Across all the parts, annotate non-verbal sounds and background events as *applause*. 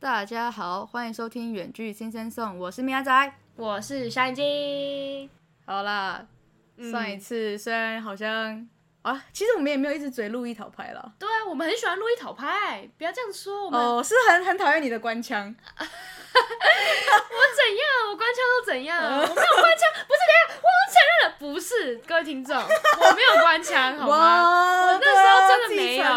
大家好，欢迎收听《远距新生颂》，我是米亚仔。我是小眼睛。好啦，嗯上一次虽然好像啊，其实我们也没有一直追路易讨牌啦。对啊，我们很喜欢路易讨拍，不要这样说。我们、哦，是很很讨厌你的官我腔，怎样？我官腔都怎样？哦我没有官腔，不是等一下，我都承认了，不是各位听众，我没有官腔，好吗？哇，我那时候真的没有有。啊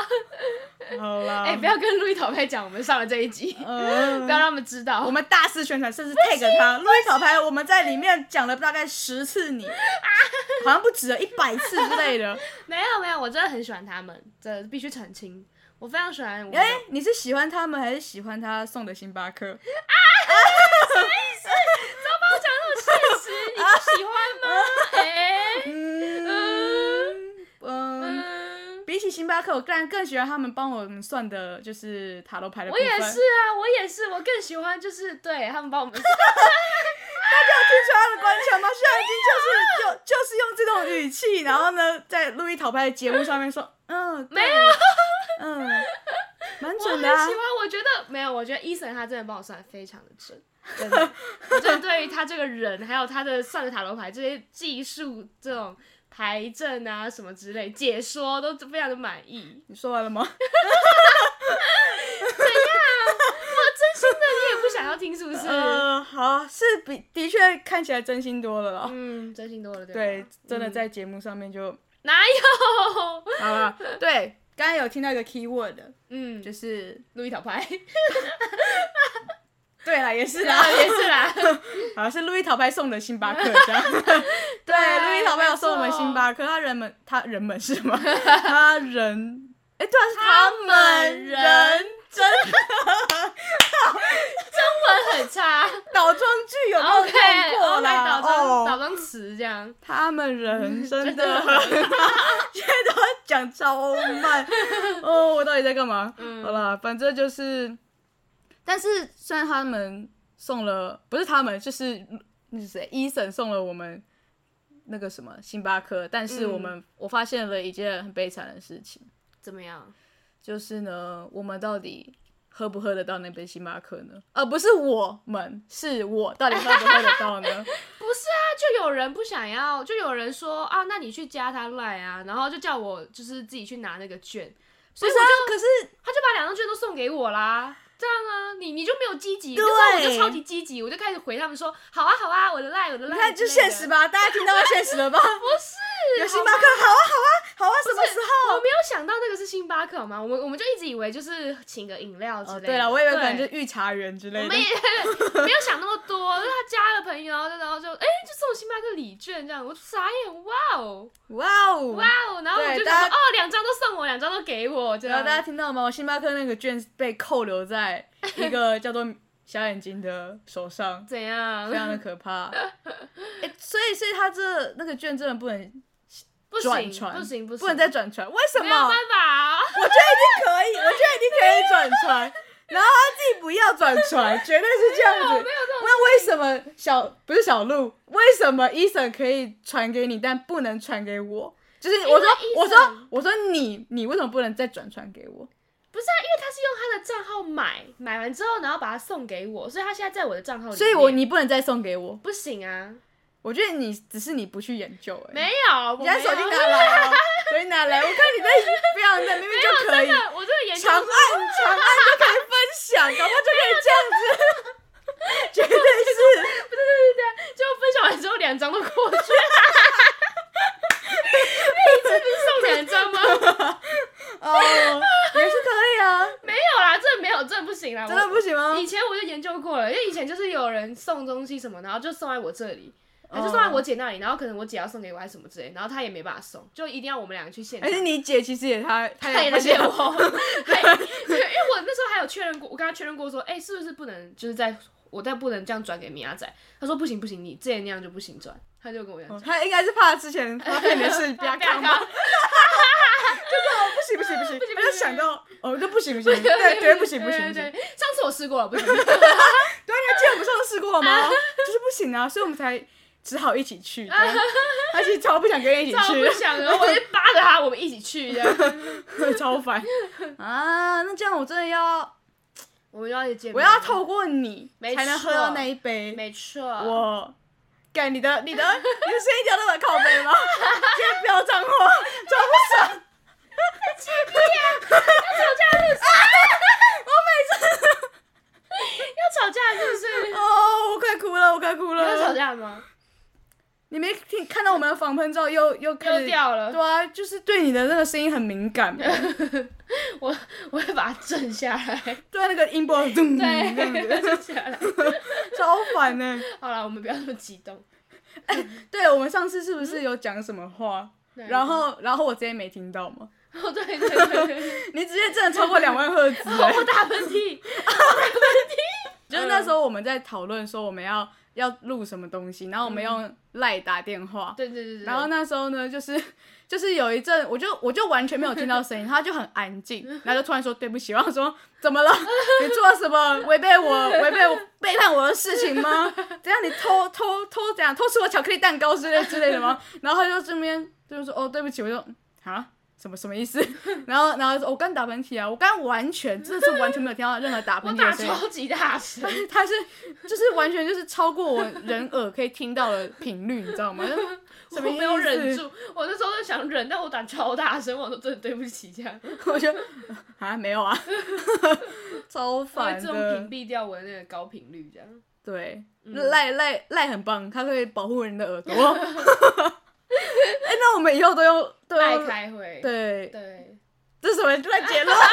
啊好啦，哎、不要跟路易讨拍讲，我们上了这一集，嗯不要让他们知道。我们大肆宣传，甚至 tag *laughs* 他。路易讨牌，我们在里面讲了大概十次你，好像不止了，一百次之类的。没有没有，我真的很喜欢他们，这必须澄清，我非常喜欢我们。哎、你是喜欢他们还是喜欢他送的星巴克？不要讲那么现实，你不喜欢 *laughs* 吗？哎、嗯嗯，嗯，比起星巴克，我个人更喜欢他们帮我们算的，就是塔罗牌的部我分。也是听啊，我也是，我更喜欢就是对他们帮我 *laughs* 们出他的关窍吗？现在已经就是哎用就是用这种语气，然后呢，在路易讨牌的节目上面说，嗯，没有，嗯，蛮我很准喜的、啊欢。，我觉得没有，我觉得伊森他真的帮我算的非常的准，真的，我真的对于他这个人，还有他的算的塔罗牌这些技术，这种牌阵啊什么之类，解说都非常的满意。你说完了吗？真心的，你也不想要听 *laughs* 是不是？呃，好，是比的确看起来真心多了啦。嗯，真心多了，对对吧，真的在节目上面就、哪有？好了。对，刚刚有听到一个 keyword，的嗯，就是录一条牌，对啦，也是啦， *laughs* 啊，也是 *laughs* 啦，好像是路易桃牌送的星巴克 *laughs* 这样。对， *laughs* 啊路易桃牌有送我们星巴克，他人们他人们是吗？ *laughs* 他人，哎、对啊，是他们们人真 *laughs* 中文很差。倒装句有没有 OK，看过 OK，啦？倒装倒哦，装词这样。他们人真的，现在都讲超慢。哦，我到底在干嘛？嗯好啦，反正就是，但是虽然他们送了，不是他们，就是那是谁，伊森送了我们那个什么星巴克，但是嗯我们、我发现了一件很悲惨的事情，怎么样？就是呢，我们到底。喝不喝得到那杯星巴克呢？呃，不是我们，是我到底喝不喝得到呢？啊就有人不想要，就有人说啊，那你去加他 line 啊，然后就叫我就是自己去拿那个券，不所以是我啊就，可是他就把两张券都送给我啦。这样啊，你你就没有积极，对那时候我就超级积极，我就开始回他们说，好啊好啊，我的 line 我的 line，你看，就现实吧，吧，大家听到现实了吧？ *laughs* 不是有星巴克，好啊，好啊，好啊，什么时候？我没有想到那个是星巴克嘛，我们我们就一直以为就是请个饮料之类哦，的。对了，我以为可能对就是御茶园之类我的。们也 *laughs* 没有想那么多，就是他加了朋友，然后就然后就哎、就送星巴克礼券这样，我傻眼，哇哦！哇哦！哇哦！然后我对就大想家说，哦，两张都送我，两张都给我，这然样，后大家听到吗？我星巴克那个券被扣留在一个叫做小眼睛的手上 *laughs* 怎样非？常的可怕。哎、所以所以他这那个券真的不能不转行，传，不行，不行，能再转传，为什没有么办？法、哦。我觉得一定可以，我觉得一定可以转 *laughs* 传。然后他自己不要转传，绝对是这样哦子。那为什么小不是小鹿？为什么伊森可以传给你，但不能传给我？就是为我说 Ethan- 我说我说你你为什么不能再转传给我？不是啊，因为他是用他的账号买，买完之后，然后把它送给我，所以他现在在我的账号里面。所以我你不能再送给我。不行啊，我觉得你只是你不去研究而已。没有，你我把没手机有拿来、哦，手机拿来，我看你在非常的明明就可以真的，我真的研究长按长按就可以分享，搞不好就可以这样 *laughs* 子，绝对是。就分享完之后，两张都过去。你一 *laughs* 次不是送两张 *laughs* 吗？哦，也是可以啊，没有啦，这没有，这不行啦，真的我不行吗？以前我就研究过了，因为以前就是有人送东西什么，然后就送在我这里，还是送在哦我姐那里，然后可能我姐要送给我还是什么之类，然后她也没办法送，就一定要我们两个去现而且场。你姐其实也她她她也她在骗我，对， *laughs* 因为我那时候还有确认过，我跟她确认过说，哎、是不是不能，就是在我再不能这样转给米亚仔？她说不行不行，你之前那样就不行转，她就跟我讲，哦她应该是怕之前发生的事不要 *laughs* 看吧。不行不行不行，行她不就行想到哦，那不行不行，对对对不行不对行不行，对，对，上次我试过了，不行，你还记得我们上次试过吗？就是不行啊，所以我们才只好一起去。啊而且超不想跟你一起超不想了，我就扒着 *laughs* 她，我们一起去这样。去，超烦啊！那这样我真的要我们要一起见面。我要透过你没才能喝错到那一杯。没错，我，干你的你的你的声音调到了靠背吗？ *laughs* 今天不要脏话，装不爽。要吵架是不 *laughs* 是？哦，我快哭了，我快哭要吵了。架吗？你没听看到我们的防喷罩又又开丢始掉了，对啊，就是对你的那个声音很 *laughs* 敏感，对我我会把它震下来，那个 *laughs* 音波咚，对，嗯这样子震下来。超烦呢、好了，我们不要那么激动。对我们上次是不是有讲什么话？对然，后然后我直接没听到吗？哦对对对对，哦你直接真的超过两万赫兹、 *laughs* 欸，我打喷嚏，就是那时候我们在讨论说我们要要录什么东西，然后我嗯们用赖打电话，对对对对对，然后那时候呢，就是就是有一阵，我就我就完全没有听到声音，他就很安静，然后就突然说对不起，然后我说怎么了？你做了什么违背我、违背我、背叛我的事情吗？怎样？你偷偷偷怎样偷吃我巧克力蛋糕之类之类的吗？然后他就这边就是说哦对不起，我就啊。什么什么意思？ *laughs* 然后，然后说我刚打喷嚏啊！我刚完全真的是完全没有听到任何打我喷嚏打的声音，超级大声，他是就是完全就是超过我人耳可以听到的频率，你知 *laughs* 道吗？就我什么意思没有忍住，我那时候就想忍，但我打超大声，我说真的对不起这样，我就 *laughs* 啊没有啊， *laughs* 超我会烦自动屏的。蔽嗯掉我的那个高频率这样。对，赖赖赖很棒，它可以保护人 *laughs* 的耳朵。哎、那我们以后都用都赖用开会，对，啊对，这是什么乱结论？瞬我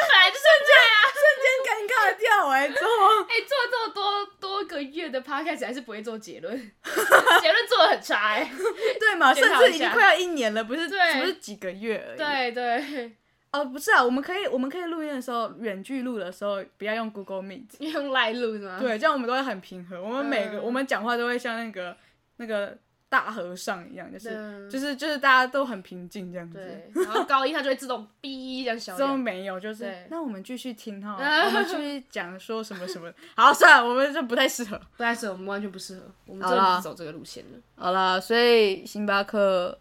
本来就是这样。啊间尴尬掉哎、之后 *laughs* 哎、做了这么多多个月的 podcast 还是不会做结论，结论做的很差哎、对嘛， *laughs* 检甚讨至已一经下快要一年了，不是对不是几个月而已。对对，哦，不是啊，我们可以我们可以录音的时候，远距录的时候不要用 Google Meet。用赖录是吗？对，这样我们都会很平和。我们每个、嗯我们讲话都会像那个那个大和尚一样，就是对就是就是大家都很平静这样子。对，然后高一它就会自动哔这样小之后掉。没有，就是对那我们继续听 *laughs* 哈，我们继续讲说什么什么。好，算了，我们这不太适合。不太适合，我们完全不适合，我们好真的啦不走这个路线的。好啦，所以星巴克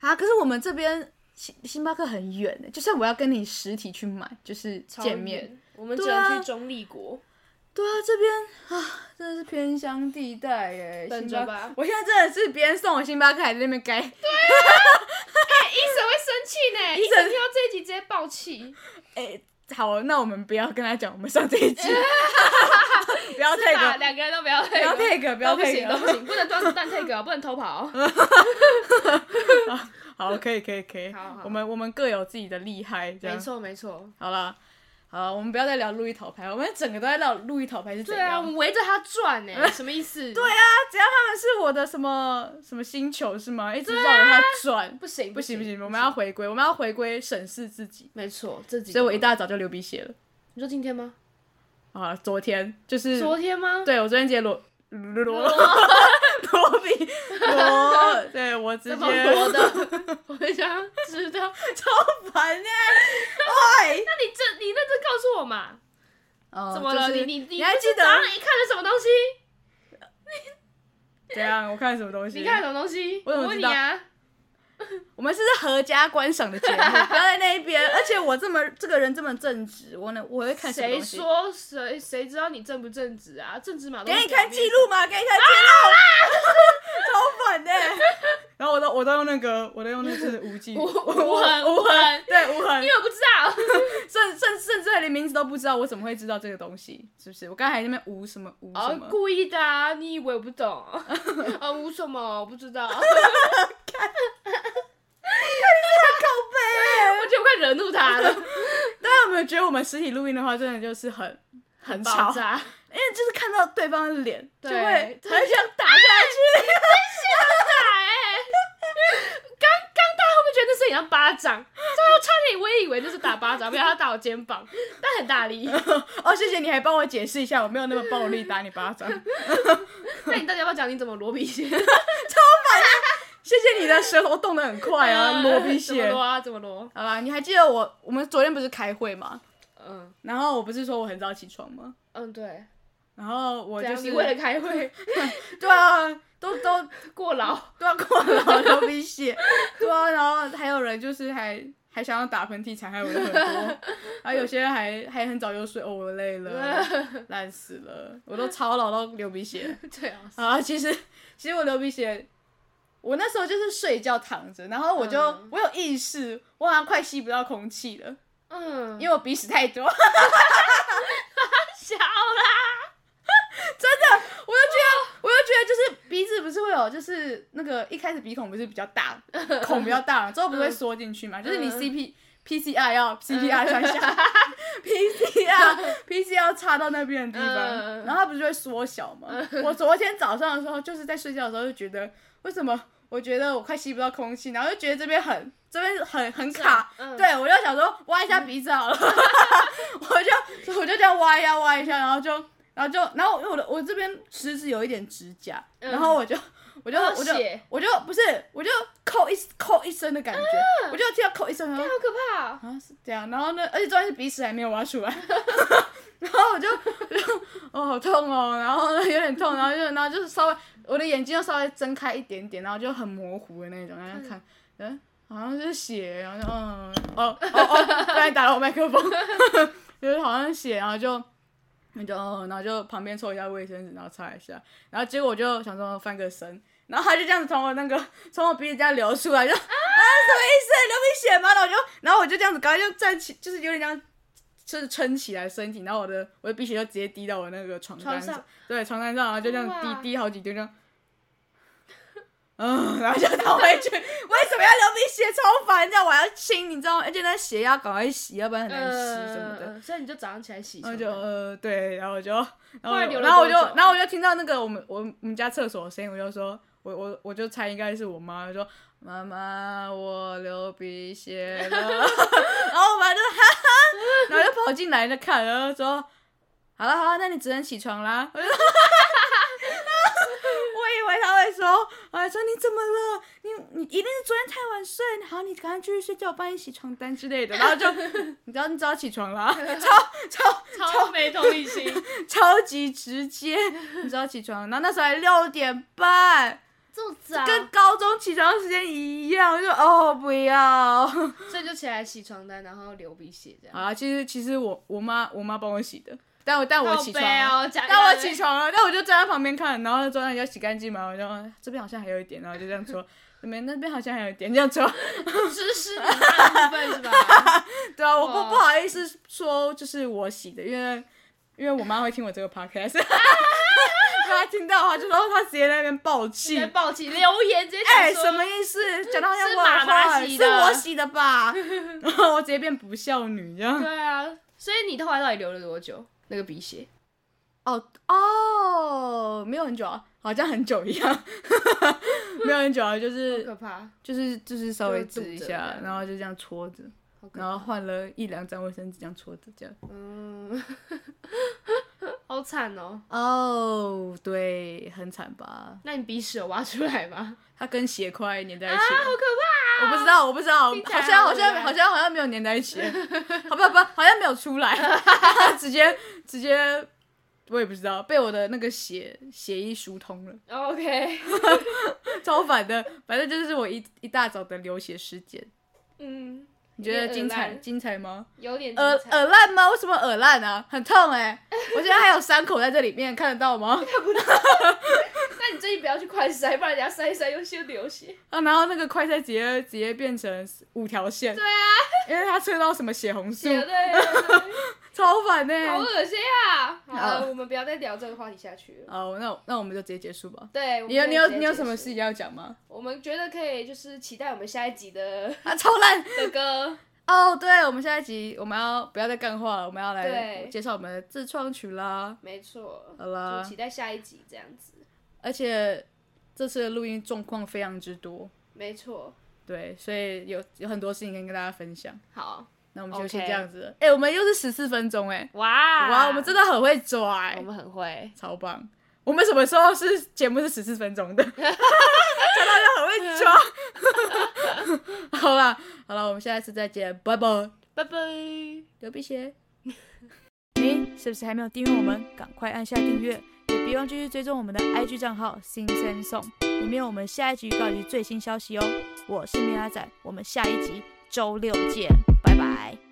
啊，可是我们这边星星巴克很远的，就是我要跟你实体去买，就是超见面。远，我们对只能啊去中立国。对啊，这边啊真的是偏乡地带耶，等星着巴吧我现在真的是别人送我星巴克，还在那边该医生会生气呢，医生生听到这一集直接爆气。哎、好，那我们不要跟他讲，我们上 *laughs* 这一集，不要是吧 take，两个人都不要不要 take， take，不不要不行，都 take。不行，不能装子弹 take，哦不能偷跑哦。好，可以，可以，可以。好好我们我们各有自己的厉害，这没样。错没错。好了，好啦我们不要再聊路易讨牌，我们整个都在聊路易讨牌是怎对啊，我样。们围着他转 *laughs* 呢，什么意思？对啊，那只要他们是我的什么什么星球是吗？一直绕着他转，啊不行不行不不行，我们要回归，我们要回归审视自己。没错，这几个。所以我一大早就流鼻血了。你说今天吗？好啦昨天就是，昨天吗？对我昨天哦接罗罗罗 *laughs* 罗比 *laughs* 罗，对我直怎么接活的？我很想知道。 *laughs* 超烦呢、欸！那你这你认真告诉我嘛？哦怎么了？就你是你你还不是记早上得一看了什么东西？怎样？我看什么东西？你看了什么东西？我怎么问知你道啊？我们是在合家观赏的 *laughs* 节目，不要在那一边。而且我这么这个人这么正直，我能我会看什么谁东西？说谁谁知道你正不正直啊？正直嘛，给你看记。录嘛，给你看记 *laughs* 录，超烦的、然后我都我都用那个，我都用那个就是无忌无无痕无无痕对无痕因，为我不知道， *laughs* 甚甚甚至连名字都不知道，我怎么会知道这个东西？是不是？我刚才还在那边无什么无什哦么，，故意的啊！你以为我不懂？ *laughs* 啊，无什么，我不知 *laughs* 道。靠背、我觉得我快惹怒他了，大家有没有觉得我们实体录音的话，真的就是很很吵爆，炸。哎因为就是看到对方的脸就对会对很想打下去。 *laughs* 哎， *laughs* 刚刚大家会不会觉得那是很像巴掌？最后差点我也以为那是打巴掌，没有他打我肩膀，但很大 *laughs* 力。哦，谢谢你还帮我解释一下，我没有那么暴力打你 *laughs* 巴掌。那你到底要不要讲你怎么罗鼻血？谢谢你的舌头动得很 *laughs* 快啊，嗯流鼻怎么血。罗啊？怎么罗？好啦，你还记得我我们昨天不是开会吗？嗯然后我不是说我很早起床吗？嗯，对。然后我这就样是你为了开会 *laughs* 对啊，都都过劳， *laughs* 都要过劳流鼻血，对啊，然后还有人就是还还想要打喷嚏，残害我的耳朵。然后有些人还还很早就睡，哦，我累了， *laughs* 嗯烂死了，我都操劳到流鼻血。对啊，啊，其实其实我流鼻血，我那时候就是睡觉躺着，然后我就、嗯我有意识，我好像快吸不到空气了，嗯，因为我鼻屎太多，我就小啦，觉得我就觉得就是鼻子不是会有就是那个一开始鼻孔不是比较 *laughs* 大，孔比较大，之后不是会缩进去嘛，就是你嗯 CP。PCR 要 CPR 穿下 *laughs* ，PCR PCR 插到那边的地嗯方，然后它不是会缩小吗？我昨天早上的时候，就是在睡觉的时候就觉得，为什么我觉得我快吸不到空气，然后就觉得这边很这边很很卡，嗯对我就想说挖一下鼻子好了， *laughs* 我就我 *laughs* 就这样挖一下挖一下，然后就然后就然后因为我的我这边食指有一点指甲，嗯然后我就。我就哦我就血我就不是我就扣一扣一声的感觉，嗯我就听到扣一声，然后好可怕哦，啊，是这样，然后呢，而且重点是鼻屎还没有挖出来， *laughs* 然后我就我就哦好痛哦，然后呢有点痛，然后就然后就是稍微我的眼睛又稍微睁开一点点，然后就很模糊的那种，然后就看，嗯，好像是血，然后 *laughs* 就嗯哦哦哦，刚才打到我麦克风， *laughs* 就是好像是血，然后就。那就哦，然后就旁边抽一下卫生纸，然后擦一下，然后结果我就想说翻个身，然后他就这样子从我那个 *laughs* 从我鼻子这样流出来，就 *laughs* 啊流鼻血嘛，然后我就，然后我就这样子，赶快就站起，就是有点这样，就是撑起来身体，然后我的我的鼻血就直接滴到我那个床单床上对，床单上，然后就这样哇滴滴好几滴，这样，嗯， *laughs* 然后就倒回去。为什么要流鼻血？超烦，这样我还要清，你知道吗？而且那血要赶快洗，要不然很难洗什么的。呃，所以你就早上起来洗然床后单，就呃对，然后我就，然后后来流我了然后我多就久啊然后我就听到那个我们我们我们家厕所的声音，我就说，我我我就猜应该是我妈，我就说妈妈我流鼻血 *laughs* 了， *laughs* 然后我妈就哈哈，然后就跑进来就看，然后说，好了好了，那你只能起床啦。 *laughs* 我就说我以为他会说，我还说你怎么了？你你一定是昨天太晚睡，好，你赶快继续睡觉，我帮你洗床单之类的。然后就 *laughs* 你知道你只要起床啦，超超超没同理 *laughs* 心，超级直 *laughs* 接，你知道起床，然后那时候还六点半，这么早，跟高中起床时间一样，就哦不 *laughs* 要。所以就起来洗床单，然后流鼻血这样。好啦，其实其实我我妈我妈帮我洗的，但我但我起床啊靠了，背哦，讲一但我大堆起床了，但我就站在旁边看，然后说那你要洗干净嘛，我就嗯这边好像还有一点，然后就这样搓， *laughs* 那边那边好像还有一点，这样搓。 *laughs* 知识的大部分是吧？ *laughs* 对啊，我不哇不好意思说，就是我洗的，因为因为我妈会听我这个 podcast，她听到她就说哦她直接在那边爆直气接。暴起留言，直接哎、讲说什么意 *laughs* 思？讲的好像我是妈妈很坏，洗是的我洗 *laughs* 的吧？然后我直接变不孝女这样。对啊，所以你后来到底流了多久？那个鼻血，哦哦，没有很久啊，好像很久一样， *laughs* 没有很久啊，就好是可怕，就是就是稍微就治是一堵着这下，样然后就这样搓着，好可然后换了一两张卫生纸这样搓着这样。嗯， *laughs* 好惨哦。哦，对，很惨吧？那你鼻屎有挖出来吗？它跟斜块粘在一啊，起，好可我不知道，我不知道，听起来好像好很可像爱好像好像没有粘在一起， *laughs* 好不好不好，好像没有 *laughs* 出来， *laughs* 直接直接，我也不知道，被我的那个血血液疏通了， *laughs* 怕。OK，超反的，反正就是我一一大早的流血事件，嗯，你觉得有点精彩恶烂精彩吗？有点耳精彩耳烂吗？为什么耳烂啊？很痛哎、我觉得还有伤口在这里面，看得到吗？ *laughs* 那你最近不要去快塞，不然人家塞一塞又先流血。啊，然后那个快塞直接直接变成五条线，对啊， *laughs* 因为他测到什么血红素，对对对超烦欸呢、 *laughs* 对，好恶心啊！好好了，我们不要再聊这个话题下去了。哦，那我那我们就直接结束吧。对，我你们可以有你有直接你有结什么束事？情要 *laughs* 讲吗？我们觉得可以，就是期待我们下一集 *laughs* 的啊，超烂的歌。哦！对，我们下一集我们要不要再干话了？我们要来对介绍我们的自创曲啦。没错，好啦就期待下一集这样子。而且这次的录音状况非常之多，没错，对，所以有有很多事情可以跟大家分享。好，那我们就 OK 先这样子了。哎、我们又是十四分钟哎、哇哇，我们真的很会抓、我欸，们很会，超棒。我们什么时候是节目是十四分钟的？ *laughs* 真的很会抓。 *laughs* 好啦，好了，我们下一次再见，拜拜。拜拜。流鼻血。 *laughs* 诶，是不是还没有订阅我们？赶快按下订阅，也别忘继续追踪我们的 IG 账号 Sing Sing Song，里面有我们下一集预告及最新消息哦。我是米拉仔，我们下一集周六见，拜拜。